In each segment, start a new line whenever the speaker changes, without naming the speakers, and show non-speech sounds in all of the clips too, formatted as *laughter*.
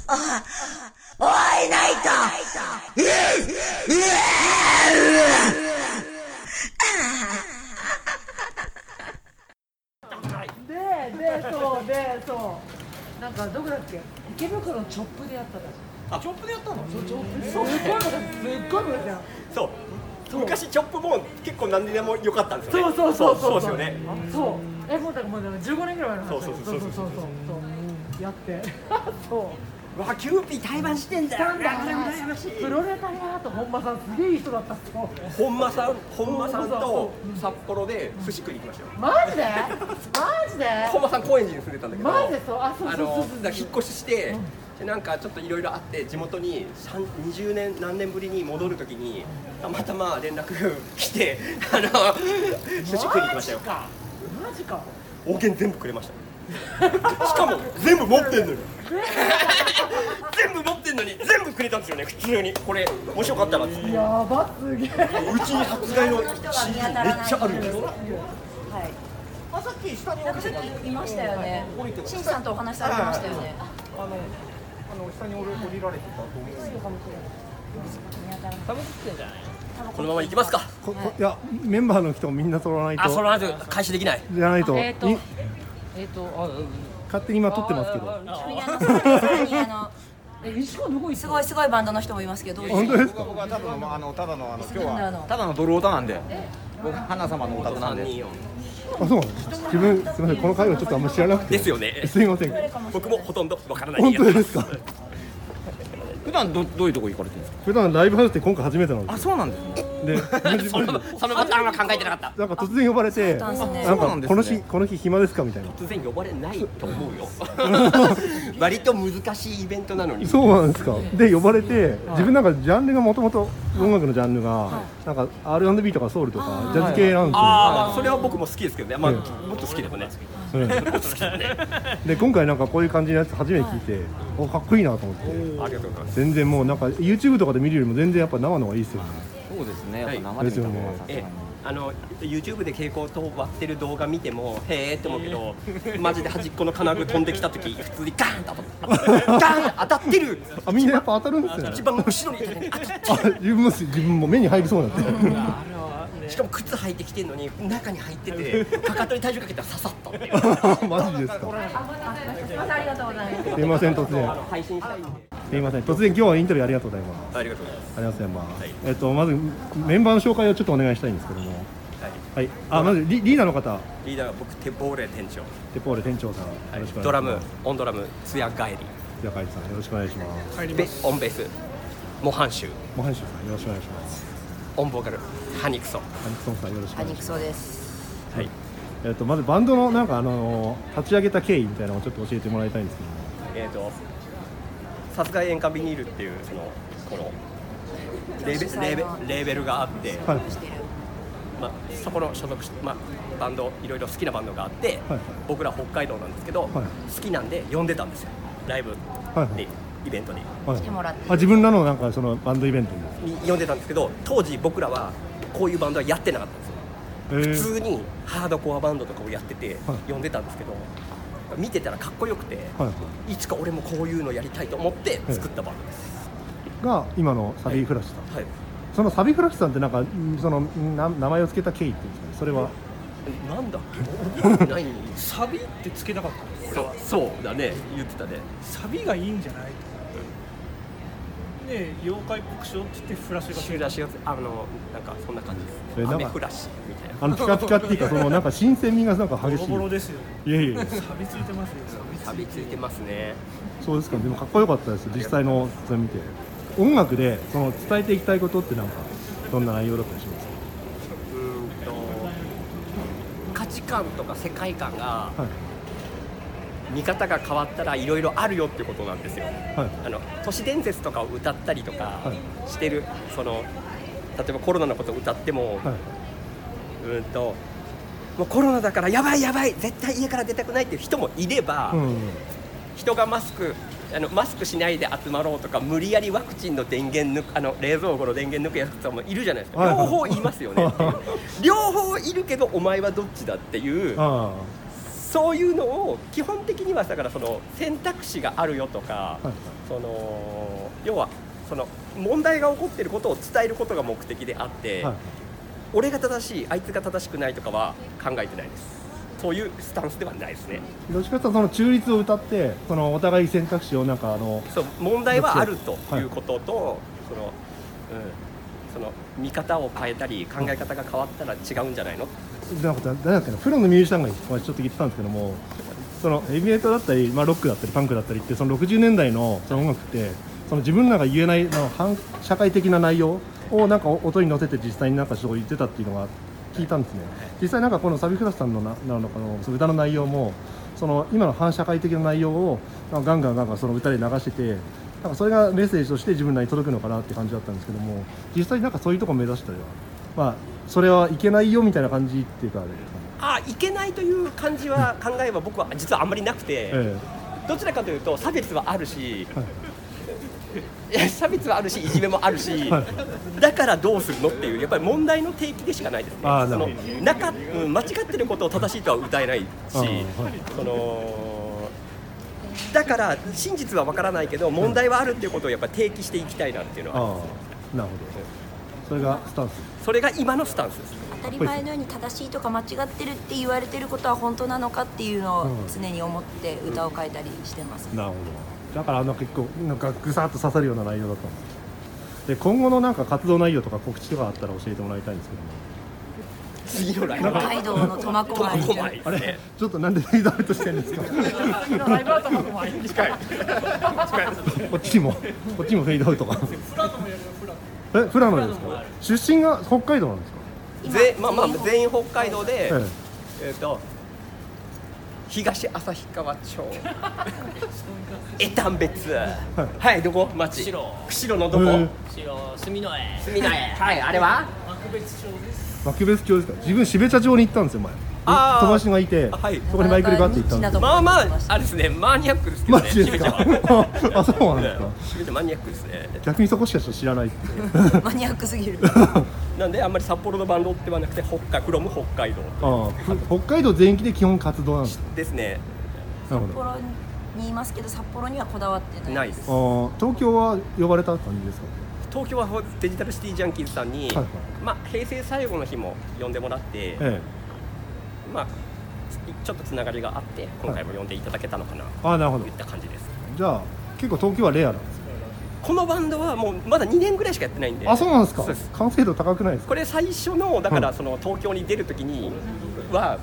おい、ナイトううう
で、で、そう、で、そう。なんかどこだっけ池袋のチョップでやっただ
あチョップでやったの
そう、チョップ。すっごい昔、すっごい昔だよ。
そう昔チョップボーン結構何でも良かったんですよ
そ
ね
うそうそうそ
そう
う。
ですよね
そう。え、もうだからもうだから15年ぐらい前の話だよ
そうそうそうそう
そうそう。やって。そう。
うわキューピー対バンしてんだよ羨ましい
プロレタリアート本間さんすげえいい人だったっすよ
本間さん本間さんと札幌で寿司食いに行きましたよ
マジでマジで
本間さん高円寺に住んでたんだけど
マジでそうあそう
あ
そうそう
の
そう
だから引っ越しして、でなんかちょっといろいろあって地元に3 20年何年ぶりに戻るときにたまたま連絡来てあの寿司食いに行きましたよ
マジかマジか
王権全部くれましたしかも全部持ってんのに全部持ってんのに全部くれたんですよね普通にこれもしよかったらっつってう
やばすげえ
ちに発売の CD めっちゃあるんですよ
はい。
あさっき下に
なんかさっきいましたよね。しんさんとお話しされてましたよね。
あのあの下に降り降りられてたと思
このまま行きますか
ここいやメンバーの人もみんな取らないと
あその後開始できない
じゃないと,い、
えーとえっ、とあ
勝手に今取ってますけど
あ
急にあのさらにあの
え石川どこ行っ
すごいすごいバンドの人もいますけど、どうです
本
か
当ですか
僕はただのあのただのあの今日
なんだ
は
ろう
ただのドルオタなんで僕花様のオタクなんで
324
あそうなんです自分すみませんこの会話ちょっとあんま知らなくて
ですよね
すみません
僕もほとんどわからない
本当ですか
普段どどういうとこ行かれてるんですか
普段ライブハウスって今回初めてなんで
あ
す
そうなんですね
よで自分で
そのパターンは考えてなかっ
なんか突然呼ばれて
そうなんですね
なん
そうなん
か
ですね
この日この日暇ですかみたいな
た突然呼ばれないと思うよ *laughs* 割と難しいイベントなのに
そうなんですかで呼ばれて自分なんかジャンルがもともと音楽のジャンルがなんか R&B とかソウルとかジャズ系なんですよ
ああ、まあ、それは僕も好きですけどね、まあ、もっと好きでもね。
うんで今回なんかこういう感じのやつ初めて聞いて、おかっこいいなと思って
ありがとうございます。
全然もうなんか YouTube とかで見るよりも全然やっぱ生の方がいいですよね
そうですねやっぱ
で
生です見
よ
た
ね
方がさす
え
が
え
に、
あの YouTube で蛍光灯を割ってる動画見てもへえって思うけど、マジで端っこの金具飛んできた時普通にガーンと当たってガーン当たってる
あみんなやっぱ当たるんですよね
一番後ろにいたのに当たっ
あ自分も自分も目に入りそうになって
てしかも靴履いてきてんのに中に入っててかかとに体重かけたら刺さったっていう
*laughs* マジですか
すみません、ありがとうございます。
すいません突
あの
然
配信したいんです
いません突然今日はインタビューありがとうございます
ありがとうございます
ありがとうございます、
はい
えっとまずメンバーの紹介をちょっとお願いしたいんですけども
はい
はいあまずリリーダーの方
リーダーは僕テボーレ店長
テポール店長さんよろしくお願いします
ドラムオンドラムツヤガエリ
平川さんよろしくお願いします
ベオンベースモハンシュ
モハンシュさんよろしくお願いします
オンボーカルハニクソ
アニクソンさんよろしくお願いします
アニクソです。
はい
えっとまずバンドのなんかあの立ち上げた経緯みたいなのをちょっと教えてもらいたいんですけども、
えー、と殺害塩化ビニールっていうそのこのレーベレーベレーベルがあって、
はい
まあ、そこの所属し、まあ、バンドいろいろ好きなバンドがあって、
はい
僕ら北海道なんですけど、
はい
好きなんで呼んでたんですよライブに、
はいはい
イベントに
はい、
来てもらって
あ自分らのなんかそのバンドイベントに、
に呼んでたんですけど当時僕らはこういうバンドはやってなかったんですよ普
えー、
通にハードコアバンドとかをやってて、
はい
呼んでたんですけど見てたらかっこよくて、、
はい
つか俺もこういうのやりたいと思って作ったバンドです、
が今のサビフラッシュさん、
はい
そのサビフラッシュさんってなんかんそのんな名前を付けた経緯っていうんですかねそれは、
なんだっけ覚えてないんです
サビってつけたかったの
そうそうだね言ってたね
サビがいいんじゃないとで妖怪っぽくしようって言ってフラッシュが
週
つい
出
た
しがあのなんかそんな感じです
え
ね
なんか
雨降らしみたいな
あのピカピカっていうかそのなんか新鮮味がなんか
ボ
激
ロ
しい
ボロですよ
いやいや
サビついてますよサ
サビついてますね
そうですかでもかっこよかったです実際のそれ見て音楽でその伝えていきたいことってなんかどんな内容だったりしますか
うーんと価値観とか世界観が
はい
見方が変わったらいろいろあるよってことなんですよ
はい
あの都市伝説とかを歌ったりとか
は
してる、その例えばコロナのことを歌っても、
はいう
ーんともうコロナだからやばいやばい絶対家から出たくないっていう人もいれば、
うんうん
人がマスクあのマスクしないで集まろうとか無理やりワクチンの電源抜くあの冷蔵庫の電源抜くやつもいるじゃないですか、
はいは
両
い *laughs*
方いますよねっていう両方いるけどお前はどっちだっていう
あ
そういうのを基本的にはだからその選択肢があるよとか、
はい
その要はその問題が起こっていることを伝えることが目的であって、
はい
俺が正しいあいつが正しくないとかは考えてないですそういうスタンスではないですね
どっちかというとその中立を歌ってそのお互い選択肢をなんかあの
そう問題はあるということと、その、うん、その見方を変えたり考え方が変わったら違うんじゃないの
なんか誰だっけなプロのミュージシャンがまあちょっと言ってたんですけどもそのエビエートだったり、まあ、ロックだったりパンクだったりってその60年代のその音楽ってその自分らが言えないの反社会的な内容をなんか音に乗せて実際になんかそう言ってたっていうのが聞いたんですね実際なんかこのサビクラスさんのななのかのその歌の内容もその今の反社会的な内容をなんかガンガンガンガンその歌で流しててなんかそれがメッセージとして自分らに届くのかなって感じだったんですけども実際なんかそういうとこ目指したりはまあそれはいけないよみたいな感じっていうかあれですかね
あいけないという感じは考えは僕は実はあんまりなくて、
え
どちらかというと差別はあるし、
はい
いや差別はあるしいじめもあるし、
は
だからどうするのっていうやっぱり問題の提起でしかないですね
あー
その
なるほ
なかうん間違ってることを正しいとは歌えないし
あーはい
そのだから真実はわからないけど問題はあるっていうことをやっぱり提起していきたいなっていうのは
ああなるほどそれがスタンス
それが今のスタンスです
当たり前のように正しいとか間違ってるって言われてることは本当なのかっていうのを常に思って歌を書いたりしてます、
なるほどだからあの結構なんかぐさっと刺さるような内容だったんですよで今後のなんか活動内容とか告知とかあったら教えてもらいたいんですけども
次のライブ
北海道の苫小
*laughs*
牧
ここまでですね
ちょっとなんでレイドアウトしてるん *laughs* ですか
ライブアウトもあり近い
こっちにもこっちにもフェイドアウトがえ富良野ですか出身が北海道なんですか
ぜまあまあ全員北海道で、
え
えっ、と東旭川町江丹別はい、どこ町
釧路
釧路の
え
どこ、
え
白隅の絵
住みないはいあれは
えマクベス町ですか自分標茶町に行ったんですよ前
あー
友達がいて、
あはい
そこにマイクでバッて行ったんですよ
まあまああれですねマニアックですけど
マ
ね
ジですか
しめ
*laughs*
ちゃん
あそうなんですか
はしめちゃんマニアックですね
逆にそこしかちょっと知らないっていう
マニアックすぎる
*laughs* なんであんまり札幌のバンドではなくて北海フロム北海道
ああふ北海道全域で基本活動なんです
ですね
なる
札幌にいますけど札幌にはこだわってない
ないです
ほどああ東京は呼ばれた感じですか
東京はデジタルシティジャンキーズさんに、
はいはい
まあ、平成最後の日も呼んでもらって、
ええ
まあ、ちょっとつながりがあって今回も呼んでいただけたのかな
ああなるほ
と
ど
いった感じです
じゃあ結構東京はレアなんですね
このバンドはもうまだ2年ぐらいしかやってないんで
あそうなんですか
そうです
完成度高くないですか
これ最初のだか
う
ら
ん
その東京に出るときには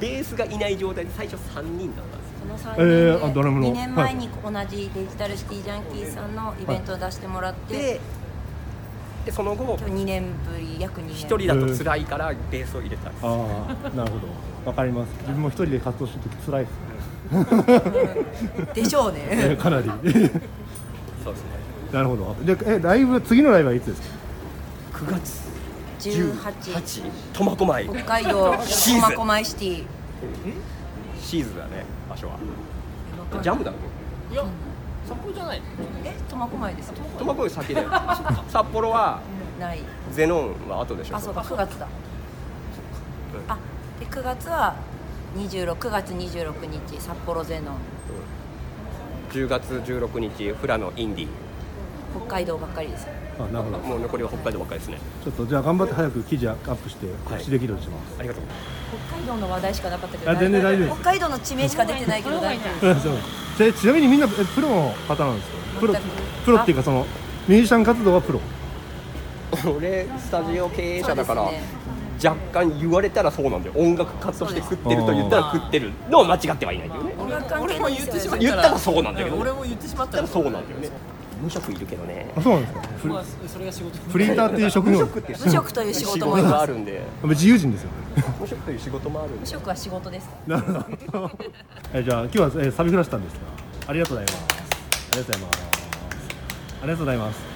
ベースがいない状態で最初3人だったんです
この3
えーあ
人
ドラムの
で2年前に同じデジタルシティジャンキーさんのイベントを出してもらって、
ででその後
今日2年ぶり約2年
1人だと辛いからベースを入れたんです
ああなるほどわかります自分も一人で活動してるときつらいですね
で *laughs* しょう
ええ
ね
かなり *laughs*
そうですね
なるほどでえライブ次のライブはいつですか
9月
18
18苫小牧
北海道
シーズン
苫小牧シティ
シーズンだね場所はジャムだろ
いやそこじゃない
え苫小牧です
苫小牧先
*laughs*
だよ札幌は
ない
ゼノンは後でしょ
あそうか9月だあで9月は26 9月26日札幌ゼノン
10月16日富良野インディ
北海道ばっかりです
あなるほど
もう残りは北海道ばっかりですね
ちょっとじゃあ頑張って早く記事アップして告知できるようにします
ありがとう
北海道の話題しかなかったけど
あ全然大丈夫です
北海道の地名しか出てないけど大丈夫
*laughs* そうでちなみにみんなえプロの方なんですかプロ
全く
プロっていうかそのミュージシャン活動はプロ
俺スタジオ経営者だから、
そうですね
若干言われたらそうなんだよ音楽活動して食ってると言ったら食ってるのは間違ってはいないんだよね
音楽関係ないですよね
言ったらそうなんだけど
俺
言っ
も言ってしまった
た
ら
らそうなんだよね無職いるけどね
あそうなんですかフリ
まあそれが仕事
フリーターっていう職
無
業
職って
無職という仕事もあり
が
ま
あ
す
るんで
自由人ですよね
無職という仕事もあるんで
無職は仕事です
なるほど。 *laughs* えじゃあ今日は、えー、サビフラスタンですが、ありがとうございます。ありがとうございます。ありがとうございます。